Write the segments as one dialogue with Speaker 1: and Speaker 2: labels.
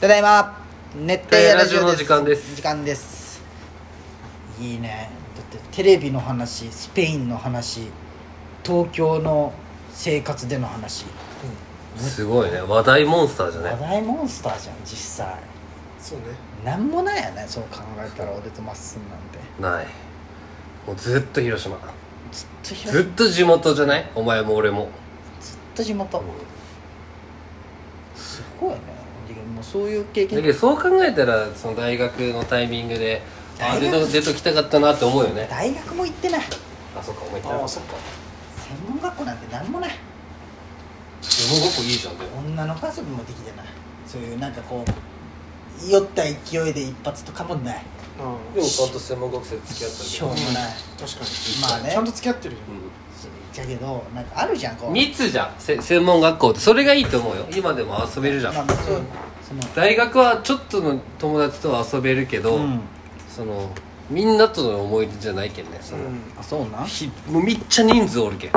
Speaker 1: ただいま熱帯夜ラジオです
Speaker 2: 熱帯夜ラジオの時間です
Speaker 1: 時間ですいいねだってテレビの話スペインの話東京の生活での話
Speaker 2: すごいね話題モンスターじゃ
Speaker 1: 話
Speaker 2: ね
Speaker 1: 題モンスターじゃん実際
Speaker 3: そうね
Speaker 1: なんもないよねそう考えたら俺とまっすんなんて
Speaker 2: ないもうずっと広島
Speaker 1: ずっと広
Speaker 2: ず
Speaker 1: い
Speaker 2: っと地元じゃないお前も俺も
Speaker 1: ずっと地元すごいねでもうそういう経
Speaker 2: だけ
Speaker 1: 験
Speaker 2: どそう考えたらその大学のタイミングであ
Speaker 1: 大
Speaker 2: 出
Speaker 1: 学
Speaker 2: と出ときたかったなって思うよね
Speaker 1: 大学も行ってない
Speaker 2: あそっかお前行った
Speaker 3: あ
Speaker 2: ら
Speaker 3: あそっか
Speaker 1: 専門学校なんてなんもない
Speaker 2: もごくいいじゃんでも
Speaker 1: 女の子遊びもできてないそういうなんかこう酔った勢いで一発とかもない
Speaker 3: うん
Speaker 2: でもちゃんと専門学生と付き合った
Speaker 1: し
Speaker 2: け
Speaker 1: ょう
Speaker 2: ど
Speaker 1: もない
Speaker 3: 確か
Speaker 1: まあ
Speaker 3: に
Speaker 1: ね
Speaker 3: ちゃんと付き合ってるよ
Speaker 1: じゃけどなんかあるじゃんこ
Speaker 2: う
Speaker 1: うん
Speaker 2: 密じゃんせ専門学校ってそれがいいと思うよ今でも遊べるじゃ
Speaker 1: まあ
Speaker 2: ん
Speaker 1: まあそうその
Speaker 2: 大学はちょっとの友達とは遊べるけど、
Speaker 1: うん
Speaker 2: そのみんなとの思い出じゃないけんねその、
Speaker 1: あそうなん
Speaker 2: ひもうめっちゃ人数おるけん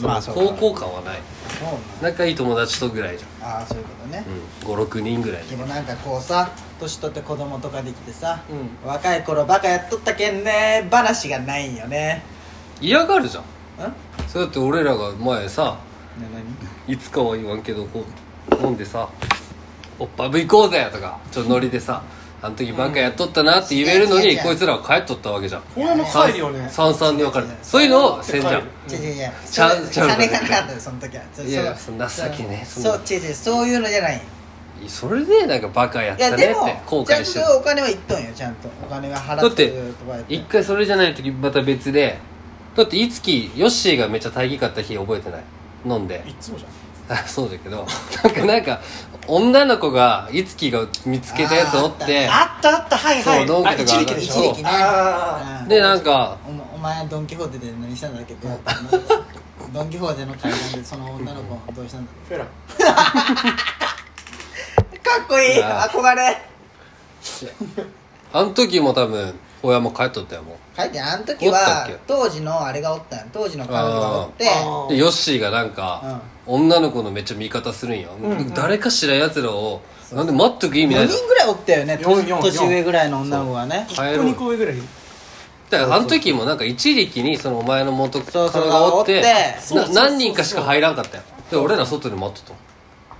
Speaker 1: まあ
Speaker 2: そ
Speaker 1: そう
Speaker 2: の
Speaker 1: か
Speaker 2: 高校感はない
Speaker 1: そうなん
Speaker 2: 仲いい友達とぐらいじ
Speaker 1: ああそういうことね
Speaker 2: ゃん、うん、56人ぐらい
Speaker 1: でもなんかこうさ年取って子供とかできてさ、
Speaker 3: う
Speaker 1: 若い頃バカやっとったけんね話がないんよね
Speaker 2: 嫌がるじゃん
Speaker 1: んな
Speaker 2: そうやって俺らが前さ
Speaker 1: 何
Speaker 2: いつかは言わんけどこう飲んでさ「おっぱぶ行こうぜ!」とかちょっとノリでさあの時バカやっとったなって言えるの
Speaker 1: うん違う
Speaker 2: に
Speaker 1: 違う
Speaker 2: こいつらは帰っとったわけじゃん
Speaker 3: 俺も帰るよね
Speaker 2: 三三で分かる
Speaker 1: 違う違う
Speaker 2: そういうのをせんじゃん
Speaker 1: 違う違う違う
Speaker 2: ちゃうちゃう
Speaker 1: 金がなかったよその時はそ
Speaker 2: いやいや情けねえそん
Speaker 1: そ
Speaker 2: な
Speaker 1: う違う違うそういうのじゃない
Speaker 2: それでなんかバカやっ
Speaker 1: いや
Speaker 2: たね
Speaker 1: で
Speaker 2: っ
Speaker 1: もち
Speaker 2: て後
Speaker 1: ゃ
Speaker 2: 悔
Speaker 1: ん
Speaker 2: してる
Speaker 1: とお金はいっとんよちゃんとお金は払
Speaker 2: だ
Speaker 1: っ
Speaker 2: ってて
Speaker 1: るとか言
Speaker 2: 一
Speaker 1: って
Speaker 2: 回それじゃない時また別でだっていつきヨッシーがめっちゃ大義かった日覚えてない飲んで
Speaker 3: んいっつもじゃん
Speaker 2: あそうだけどなんかなんか女の子がいつきが見つけたやつおって
Speaker 1: あったあったはい
Speaker 2: そ
Speaker 1: は
Speaker 2: う
Speaker 1: い
Speaker 2: 道具とか
Speaker 3: あ一力でしょ
Speaker 1: 一力ね
Speaker 3: あ
Speaker 1: うん
Speaker 2: でなんか
Speaker 1: お前お前ドン・キホーテで何したんだっけどドン・キホーテの階段でその女の子どうしたんだ
Speaker 3: フェラ
Speaker 1: かっこいい
Speaker 2: あー
Speaker 1: 憧れ
Speaker 2: あの時も多分親も帰っとったよも
Speaker 1: 書いてあの時
Speaker 2: おったっ
Speaker 1: は
Speaker 2: け
Speaker 1: 当時のあれがおったんよ当時の彼女がおって
Speaker 3: あ
Speaker 2: うでヨッシーがなんか、女の子のめっちゃ味方するんよ、誰かしら奴らをなんで待っとく意味な
Speaker 1: 4
Speaker 2: いじゃん
Speaker 1: 人ぐらいおったよね
Speaker 3: 四
Speaker 1: 年
Speaker 3: 四
Speaker 1: 年上ぐらいの女の子がね
Speaker 2: 帰ろ
Speaker 3: ここ
Speaker 2: う
Speaker 3: にこういうぐらい
Speaker 2: だからあの時もなんか一力にそのお前の元カノがおって
Speaker 1: そう
Speaker 3: そうそう
Speaker 2: な何人かしか入らんかったよで俺ら外で待っとっ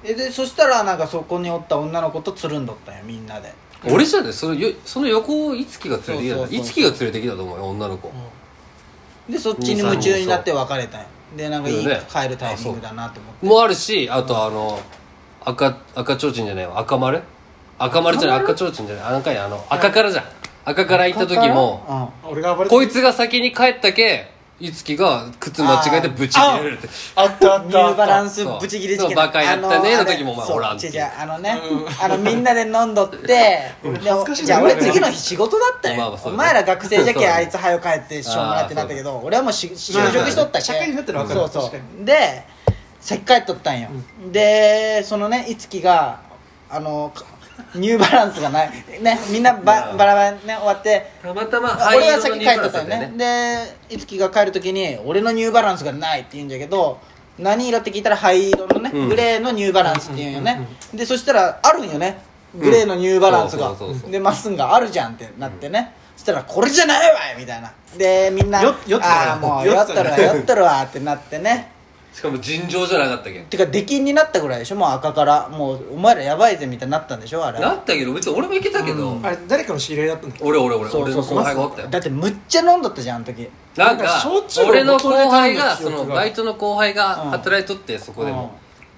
Speaker 1: えでそしたらなんかそこにおった女の子とつるんどったんよみんなで
Speaker 2: た俺じゃねそのよその横をいつきが連れてきた
Speaker 1: そうそう
Speaker 2: の
Speaker 1: そう
Speaker 2: いつきが連れてきたと思うよ女の子
Speaker 1: でそっちに夢中になって別れたんよでなんかいい
Speaker 2: そうだよね
Speaker 1: 帰るタイミングだなと思って
Speaker 2: もあるしあとあの赤赤ちょうちんじゃないわ赤丸赤丸じゃない赤ちょうちんじゃないあなんかいあの赤からじゃん赤から行った時も
Speaker 1: も
Speaker 3: 俺が暴れて
Speaker 2: こいつが先に帰ったけいつきが靴間違えてぶち切れるって
Speaker 3: あったあ
Speaker 1: ニ
Speaker 3: っ
Speaker 1: ュ
Speaker 3: たあ
Speaker 1: ー
Speaker 3: った
Speaker 1: バランスブチギレ事
Speaker 2: そ
Speaker 1: 件
Speaker 2: うバカやったね
Speaker 1: あ
Speaker 2: の時もまあ
Speaker 1: そう
Speaker 2: おらんっていう
Speaker 1: 違う違うあのねあのみんなで飲んどってで
Speaker 3: しいね
Speaker 1: じゃあ俺次の日仕事だった
Speaker 2: まあ
Speaker 1: よ
Speaker 2: まあそ
Speaker 1: お
Speaker 2: うだね
Speaker 1: 前ら学生じゃ
Speaker 2: そ
Speaker 1: け
Speaker 2: うだね
Speaker 1: あいつ早く帰ってしょうもないってなったけど俺はもうし就
Speaker 3: まあ
Speaker 1: 職しとったけ
Speaker 3: 社会人になってるわけだ
Speaker 1: そうそ
Speaker 3: 確か
Speaker 1: うで先帰っとったんよでそのねいつきがあのニューバランスがないねみんなばバラバラね終わって
Speaker 2: たまたま
Speaker 1: 俺は先帰っとったよ
Speaker 2: だよ
Speaker 1: ねでいつきが帰る時に「俺のニューバランスがない」って言うんじゃけど何色って聞いたら灰色のね、
Speaker 2: うん
Speaker 1: グレーのニューバランスって言うんよね、でそしたらあるんよねグレーのニューバランスが、
Speaker 2: うんそうそうそうそう
Speaker 1: でまっすんがあるじゃんってなってね、そしたら「これじゃないわい!」みたいなでみんな
Speaker 3: よ酔ってたから
Speaker 1: ああーもう
Speaker 3: 酔
Speaker 1: 酔っ
Speaker 3: って
Speaker 1: と
Speaker 3: た
Speaker 1: る
Speaker 3: か
Speaker 1: わ
Speaker 3: ら
Speaker 1: 酔っとるわ」ってなってね
Speaker 2: しかも尋常じゃなかったけん
Speaker 1: てか出禁になったぐらいでしょもう赤からもうお前らやばいぜみたいになったんでしょあれ
Speaker 2: なったけど別に俺も行けたけど、
Speaker 3: あれ誰かの知り合いだったんだ
Speaker 2: 俺俺俺
Speaker 1: そう
Speaker 2: 俺
Speaker 1: そ
Speaker 2: の
Speaker 1: うそう
Speaker 2: 後輩がおったよ
Speaker 1: だってむっちゃ飲んどったじゃんあの時
Speaker 2: なん
Speaker 3: なんか
Speaker 2: か
Speaker 3: 焼酎を
Speaker 2: 俺の後輩
Speaker 3: 求めたん
Speaker 2: が
Speaker 3: だ記
Speaker 2: そ
Speaker 3: 憶
Speaker 2: の
Speaker 3: が
Speaker 2: バイトの後輩が
Speaker 1: うん
Speaker 2: 働いとってそこでも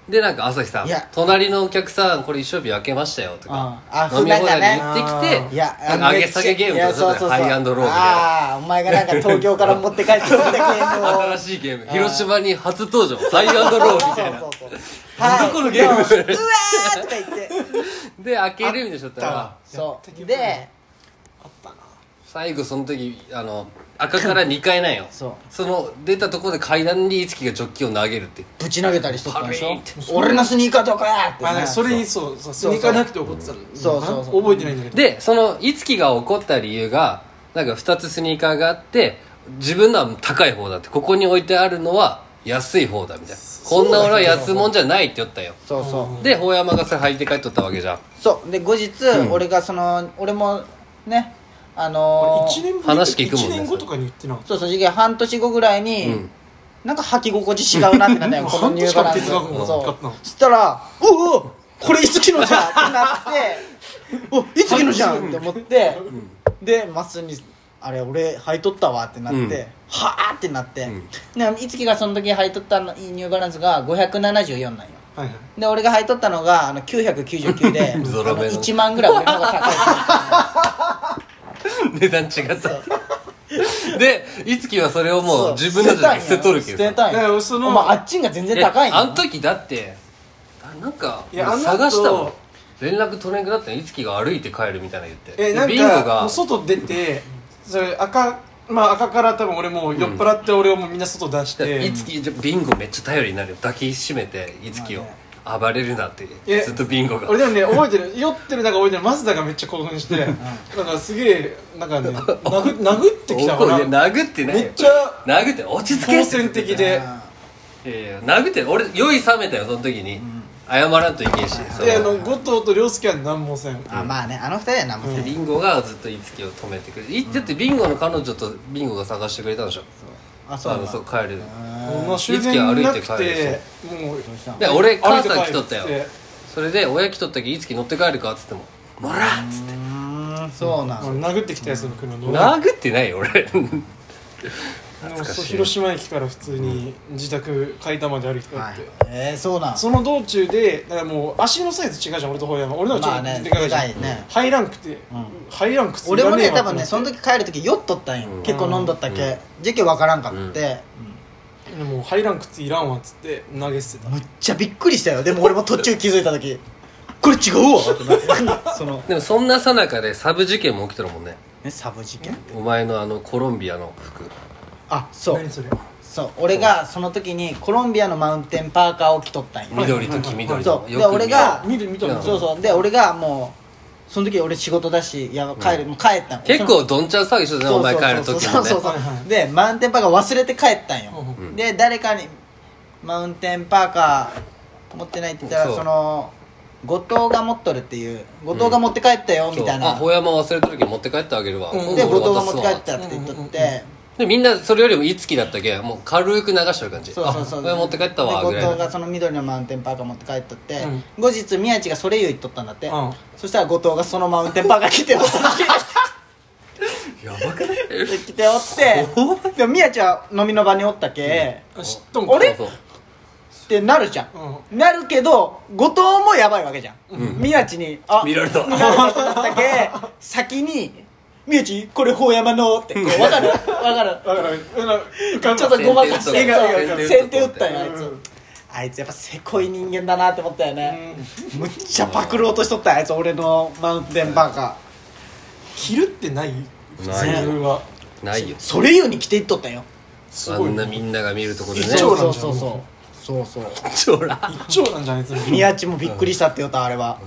Speaker 2: でなんか朝日さん
Speaker 1: いや
Speaker 2: 隣のお客さんこれ一生日明けましたよとか
Speaker 1: うんあ
Speaker 2: 飲み放
Speaker 1: 船
Speaker 2: 題で
Speaker 1: が
Speaker 2: 行
Speaker 3: ね
Speaker 2: ってき
Speaker 1: い
Speaker 2: て
Speaker 1: や、
Speaker 2: なんか上げ下げゲームとか
Speaker 1: いやそう
Speaker 2: ち
Speaker 1: そう
Speaker 2: ょっと
Speaker 1: そう
Speaker 2: ハイアンドローみた
Speaker 1: ああ、お前がなんか東京から持って帰ってきたゲ
Speaker 2: い
Speaker 1: ーム
Speaker 2: な
Speaker 1: を。
Speaker 2: 新しいゲーム広島に初登場ハイアンドローみたいな
Speaker 1: そう そうそうそう。はい。
Speaker 2: どこのゲーム
Speaker 1: うわーとか言って。
Speaker 2: で開けるみたいにしとったら
Speaker 1: そう。で、
Speaker 3: あったな
Speaker 2: 最後その時あの赤から2階なんよ
Speaker 1: そう
Speaker 2: その出たところで階段にいつきがジョッキを投げるって
Speaker 1: ぶち投げたりしとったんでし
Speaker 2: 軽い
Speaker 1: ょ
Speaker 2: って
Speaker 1: 俺のスニーカーとかやってね。
Speaker 3: あなんかそれにそうそうスニーカーなくて怒ってたの
Speaker 1: そうそうそう
Speaker 3: 覚えてないんだけど
Speaker 2: でそのいつきが怒った理由がなんか2つスニーカーがあって自分のは高い方だってここに置いてあるのは安い方だみたいなこんな俺は安もんじゃないって言ったよ
Speaker 1: そうそう、
Speaker 2: で大山がそれ履いて帰っとったわけじゃん
Speaker 1: そうで後日、俺がその俺もねあのー
Speaker 3: 1年後
Speaker 2: 話聞くもんね
Speaker 3: 1年後とかに言ってなかった
Speaker 1: そうそう次元半年後ぐらいに、
Speaker 2: うん
Speaker 1: なんか履き心地違うなってなった よこの
Speaker 3: 半
Speaker 1: ニュ
Speaker 3: 年
Speaker 1: ーバ
Speaker 3: 間
Speaker 1: ランス
Speaker 3: 哲学も買
Speaker 1: そ
Speaker 3: ったの
Speaker 1: うそしたら「おうおうこれいつきのじゃん!」ってなって「おいつきのじゃん!」って思って、でまっすーに「あれ俺履いとったわ」ってなって、
Speaker 2: うん
Speaker 1: はあってなって、
Speaker 2: ん
Speaker 1: でいつきがその時履いとったのいいニューバランスが574なんよ
Speaker 3: はいはい
Speaker 1: で俺が履いとったのがあの999であの
Speaker 2: ゾロ目の
Speaker 1: 1万ぐらい俺の方が高い
Speaker 2: 値段違ったでいつきはそれをもう自分のじゃなくて捨てとるけど
Speaker 1: 捨
Speaker 2: さ
Speaker 1: てたん
Speaker 3: だか
Speaker 1: や
Speaker 3: らその
Speaker 1: お前あっちんが全然高い
Speaker 2: え
Speaker 1: ん
Speaker 2: あの時だってあなんか
Speaker 3: いやあの後
Speaker 2: 探したもん連絡取れなくなったのいつきが歩いて帰るみたいなの言って
Speaker 3: え
Speaker 2: で
Speaker 3: なん
Speaker 2: ビンゴ
Speaker 3: かも
Speaker 2: が
Speaker 3: う外出てそれ赤まあ赤から多分俺もう酔っ払って俺をもうみんな外出して、
Speaker 2: いつきじゃビンゴめっちゃ頼りになるよ抱きしめていつきを暴れるなって
Speaker 3: え
Speaker 2: ずっとビンゴが
Speaker 3: 俺でもね覚えてる酔ってる中覚えてるマスダがめっちゃ興奮してなんかすげえな んかね殴殴ってきた
Speaker 2: おこ
Speaker 3: か
Speaker 2: いや
Speaker 3: ら
Speaker 2: 殴ってないよ
Speaker 3: めっちゃ
Speaker 2: 殴って落ち着け
Speaker 3: 好戦的で
Speaker 2: いやいや殴って俺酔い冷めたよその時に、謝らんといけんしそ
Speaker 3: であの
Speaker 2: の
Speaker 3: 後藤と涼介は難問せん
Speaker 1: あまあねあの二人は何もせん
Speaker 2: ビンゴがずっといつきを止めてくれていだってビンゴの彼女とビンゴが探してくれたんでしょ
Speaker 1: あ
Speaker 2: あのそう帰る
Speaker 3: もう終電なく
Speaker 2: いつきは歩いて
Speaker 3: てもう
Speaker 2: で俺母さん
Speaker 3: 歩い
Speaker 2: 来
Speaker 3: て帰る
Speaker 2: とったよ
Speaker 3: つて
Speaker 2: それで親来とったけいつき乗って帰るかっつっても「もら!」っつって
Speaker 1: うんそうな
Speaker 3: も
Speaker 1: ん
Speaker 3: う殴ってきたやつの車の
Speaker 2: 殴ってないよ俺
Speaker 3: でも
Speaker 2: 懐かし
Speaker 3: そう
Speaker 2: い
Speaker 3: 広島駅から普通に自宅階段まで歩いて帰って、
Speaker 1: はいえーそうなん
Speaker 3: その道中でだからもう足のサイズ違うじゃん俺とホヤマ俺の方がちょっ
Speaker 1: まあ
Speaker 3: と
Speaker 1: ね
Speaker 3: でかいじゃん、
Speaker 1: でかいね
Speaker 3: 入らんくて、入らんくて
Speaker 1: 俺もね
Speaker 3: いらえ
Speaker 1: 多
Speaker 3: わ
Speaker 1: 分ねその時帰る時酔っとったんよ
Speaker 2: うん
Speaker 1: 結構飲んどったけ時期分からんかって
Speaker 3: でもう入らんくていらんわっつって投げ捨てた
Speaker 1: むっちゃびっくりしたよでも俺も途中気づいた時これ違うわ ってなってその
Speaker 2: でもそんなさなかでサブ事件も起きてるもんね
Speaker 1: えサブ事件
Speaker 2: お前のあのコロンビアの服
Speaker 1: あそう
Speaker 3: 何それ
Speaker 1: そう俺がその時にコロンビアのマウンテンパーカーを着とったんよ
Speaker 2: 緑と黄緑の
Speaker 1: そうで俺が
Speaker 3: 見る見た
Speaker 2: いや
Speaker 1: そうそうで俺がもうその時俺仕事だしいや帰る、もう帰ったの
Speaker 2: 結構どんちゃん騒ぎしてたね
Speaker 1: そ
Speaker 2: お
Speaker 1: の
Speaker 2: 前帰る時
Speaker 1: そう
Speaker 2: も
Speaker 1: そう
Speaker 2: ね
Speaker 1: そう
Speaker 3: はいはい
Speaker 1: でマウンテンパーカー忘れて帰ったんよ、
Speaker 3: う
Speaker 1: で誰かにマウンテンパーカー持ってないって言ったら
Speaker 2: そう
Speaker 1: その後藤が持っとるっていう後藤が持って帰ったよみ
Speaker 2: そう
Speaker 1: たいな、
Speaker 2: あほやま忘れた時に持って帰ってあげるわ、
Speaker 3: うん
Speaker 1: で
Speaker 2: 今
Speaker 1: 後
Speaker 2: 度
Speaker 1: 藤
Speaker 2: 俺
Speaker 1: が
Speaker 2: 渡
Speaker 1: 持っ
Speaker 2: す
Speaker 1: て
Speaker 2: わ
Speaker 1: 帰ったって言っとって、
Speaker 2: でみんなそれよりもいつきだったけもう軽く流してる感じ
Speaker 1: そうそうそう
Speaker 2: あこれ持って帰ったわ
Speaker 1: で
Speaker 2: ぐらい
Speaker 1: 後藤
Speaker 2: の
Speaker 1: がその緑のマウンテンパーカー持って帰っとって、
Speaker 3: うん
Speaker 1: 後日宮地がそれ言う言っとったんだって、
Speaker 3: うん
Speaker 1: そしたら後藤がそのマウンテンパーカー着ておって
Speaker 2: やばくない
Speaker 1: 着ておってでも宮地は飲みの場におったけ、
Speaker 3: あ知っと ん
Speaker 1: あれ
Speaker 2: そうそう
Speaker 1: ってなるじゃん、
Speaker 3: う
Speaker 1: なるけど後藤もやばいわけじゃん、宮地に「あ
Speaker 2: 見られた
Speaker 1: 見られた」ってなったけ先に「宮地これ法山の」ってわかるわかる
Speaker 3: だから浮かん
Speaker 1: ちょ
Speaker 3: だ
Speaker 1: っとごまかして
Speaker 2: 先手打
Speaker 1: そう
Speaker 2: った
Speaker 1: 先
Speaker 2: 先
Speaker 1: 手
Speaker 2: 手
Speaker 1: 打
Speaker 2: 打
Speaker 1: っ
Speaker 2: ったた
Speaker 1: よあい
Speaker 3: うん
Speaker 1: つあいつやっぱせこい人間だなって思ったよねむっちゃパクろうとしとったよあいつ俺のマウンテンバーカ
Speaker 3: 着るってない普通は
Speaker 2: ない
Speaker 1: ー
Speaker 2: よ
Speaker 1: それ以上に着ていっとったよ
Speaker 3: す
Speaker 2: あ
Speaker 3: ごい
Speaker 2: んなみんなが見るとこでね
Speaker 3: 一
Speaker 1: そう
Speaker 3: 丁な
Speaker 1: そ
Speaker 3: ん
Speaker 1: う
Speaker 3: じゃん
Speaker 1: そうそうそうそう
Speaker 2: ちょら
Speaker 3: 一丁なんじゃないですか
Speaker 1: 宮地もびっくりしたって言ったあれは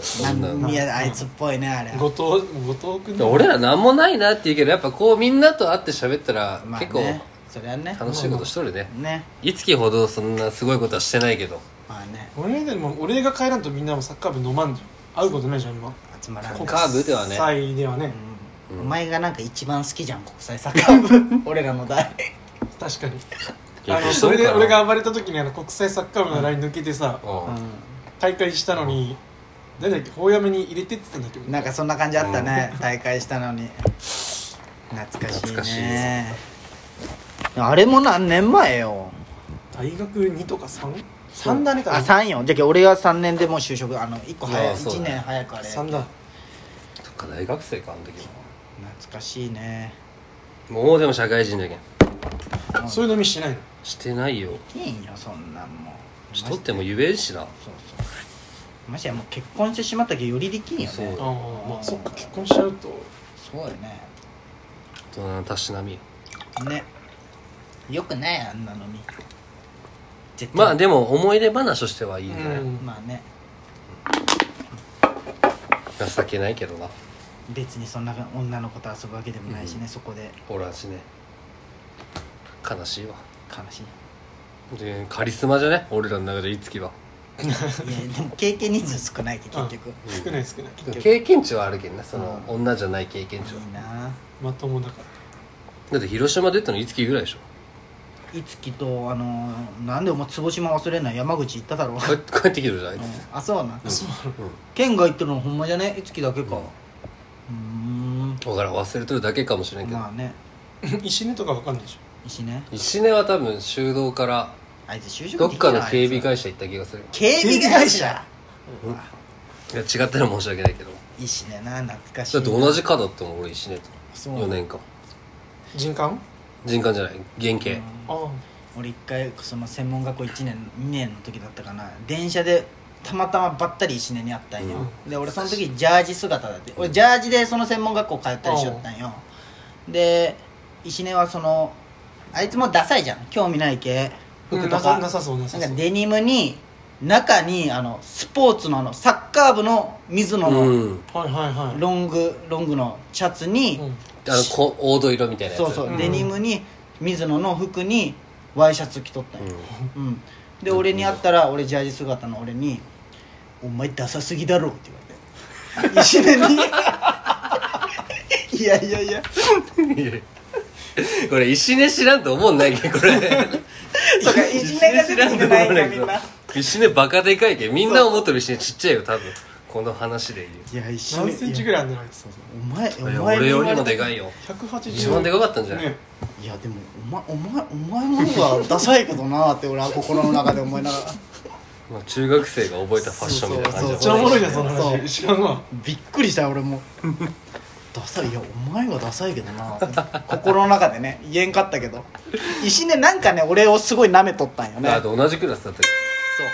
Speaker 2: そ
Speaker 1: なん
Speaker 2: なの
Speaker 1: ん宮あいつっぽいねあれ
Speaker 3: 後藤後藤君
Speaker 2: でも俺ら何もないなって言うけどやっぱこうみんなと会って喋ったら
Speaker 1: まあ
Speaker 2: 結構
Speaker 1: ねそれはね
Speaker 2: 楽しいことしとるね
Speaker 1: ね
Speaker 2: いつきほどそんなすごいことはしてないけど
Speaker 1: まあね
Speaker 3: 俺でも俺が帰らんとみんなもサッカー部飲まんじゃん会うことないじゃん今
Speaker 1: 集まらん
Speaker 2: カ
Speaker 1: か
Speaker 2: ーブではね
Speaker 3: 際ではね
Speaker 1: お前がなんか一番好きじゃん国際サッカー 部俺らの代
Speaker 3: 確かに
Speaker 2: いや
Speaker 3: あの
Speaker 2: そ
Speaker 3: そう
Speaker 2: か
Speaker 3: れ
Speaker 2: な
Speaker 3: で俺が暴れた時にあの国際サッカー部のライン抜けてさ
Speaker 2: うん
Speaker 3: 大会したのに誰だっけ法やめに入れてって言ったんだけど
Speaker 1: なんかそんな感じあったね、大会したのに懐かしい
Speaker 2: 懐かしい
Speaker 1: ねあれも何年前よ
Speaker 3: 大学2とか 3?3 だね
Speaker 1: あ
Speaker 3: 多分
Speaker 1: 3よじゃあ俺が3年でもう就職あの1個
Speaker 2: い
Speaker 1: 早い
Speaker 2: やそうだ
Speaker 1: 1
Speaker 2: ね
Speaker 1: 年早くあれ
Speaker 3: 3
Speaker 1: 懐
Speaker 3: だ
Speaker 2: そっか大学生かあの時は
Speaker 1: かしいね
Speaker 2: もうでも社会人じゃけん
Speaker 3: そういう飲みしないの
Speaker 2: してないよ
Speaker 1: いいよそんなんもう
Speaker 2: しとっても言えんしな
Speaker 1: そうそうましてやもう結婚してしまったけどよりできんよね
Speaker 2: そ
Speaker 1: そうう
Speaker 2: うん
Speaker 3: ああまあそっか結婚しちゃうと
Speaker 1: よね
Speaker 2: 大人のたしなみ
Speaker 1: ねよくないあんなのに絶対
Speaker 2: まあでも思い出話としてはいいんじゃない、
Speaker 3: うん
Speaker 1: まあね
Speaker 2: 情けないけどな
Speaker 1: 別にそんな女の子と遊ぶわけでもないしね、そこで
Speaker 2: おらんしね悲しいわ
Speaker 1: 悲しい
Speaker 2: でカリスマじゃね俺らの中でいつきはい
Speaker 1: やでも経験人数少ないけど結局
Speaker 3: うん少ない少ない
Speaker 1: 結局
Speaker 2: 経験値はあるけんなその、女じゃない経験値はい
Speaker 1: いな
Speaker 3: まともだか
Speaker 2: だって広島出たのいつきぐらいでしょ
Speaker 1: いつきとあのーなんでお前坪島忘れない山口行っただろう
Speaker 2: 帰って帰ってきてるじゃんあいつ、
Speaker 1: うんあそうな
Speaker 3: らそう
Speaker 1: 県外行ってるのほんまじゃねいつきだけかうん
Speaker 2: 分からん忘れとるだけかもしれんけど、
Speaker 1: まあね
Speaker 3: 石根とかわかんないでしょ
Speaker 1: 石ね
Speaker 2: 石根は多分修道から
Speaker 1: あいつ就職
Speaker 2: どっ
Speaker 1: でき
Speaker 2: か
Speaker 1: ない
Speaker 2: の警備会社行った気がする
Speaker 1: 警備会社
Speaker 2: いや違ったら申し訳ないけど
Speaker 1: いいしねな懐かしい
Speaker 2: だ
Speaker 1: な
Speaker 2: って同じ科だったもん俺石根と
Speaker 1: そう
Speaker 2: 4年間
Speaker 3: 人間
Speaker 2: 人間じゃない原型
Speaker 3: あ
Speaker 1: 俺一回その専門学校1年2年の時だったかな電車でたまたまばったり石根に会ったんよ、で俺その時ジャージ姿だって俺ジャージでその専門学校通ったりしよったんよで石根はそのあいつもダサいじゃん興味ない系
Speaker 3: あ
Speaker 1: 服と
Speaker 3: な
Speaker 1: か,、
Speaker 3: さなさそうな
Speaker 1: な
Speaker 3: さ
Speaker 1: ん
Speaker 3: そ
Speaker 1: か
Speaker 3: う
Speaker 1: デニムに中にあのスポーツのあのサッカー部の水野の
Speaker 2: うん
Speaker 3: はいはいはい
Speaker 1: ロング、ロングのシャツに、
Speaker 3: うん
Speaker 2: あのこ黄土色みたいなやつ
Speaker 1: そうそう、
Speaker 3: うん
Speaker 1: デニムに水野の服にワイシャツ着とったんよ、うんで俺に会ったら俺ジャージ姿の俺に「お前ダサすぎだろ」って言われて石根に「いやいやいや
Speaker 2: うん これ石根知らんと思うんないけんこれ
Speaker 1: そうか石根が出てきてないんだみんな」
Speaker 2: 石根バカでかいけんみんな思ってる石根ちっちゃいよ多分この話で言
Speaker 1: いや石
Speaker 3: 何センチぐらいあるんじゃないですか
Speaker 1: お前お
Speaker 2: ういや
Speaker 1: 前に
Speaker 2: 俺
Speaker 1: 言
Speaker 2: よ
Speaker 1: わ
Speaker 2: り
Speaker 1: れ
Speaker 2: も
Speaker 1: た
Speaker 2: でかいよ
Speaker 3: 180
Speaker 2: 一番でかかったんじゃない、
Speaker 3: ね
Speaker 1: いやでもお前お前お前の方がダサいけどなって俺は心の中で思いながら
Speaker 2: まあ、中学生が覚えたファッションみたいな感じだ
Speaker 3: めっ
Speaker 2: もん
Speaker 3: ちゃおもろいじゃんその
Speaker 1: そう
Speaker 3: 話知らんわ
Speaker 1: びっくりした俺もダサいいやお前はダサいけどな 心の中でね言えんかったけど石根なんかね俺をすごい舐めとったんよね
Speaker 2: あと同じクラスだったけど
Speaker 1: そう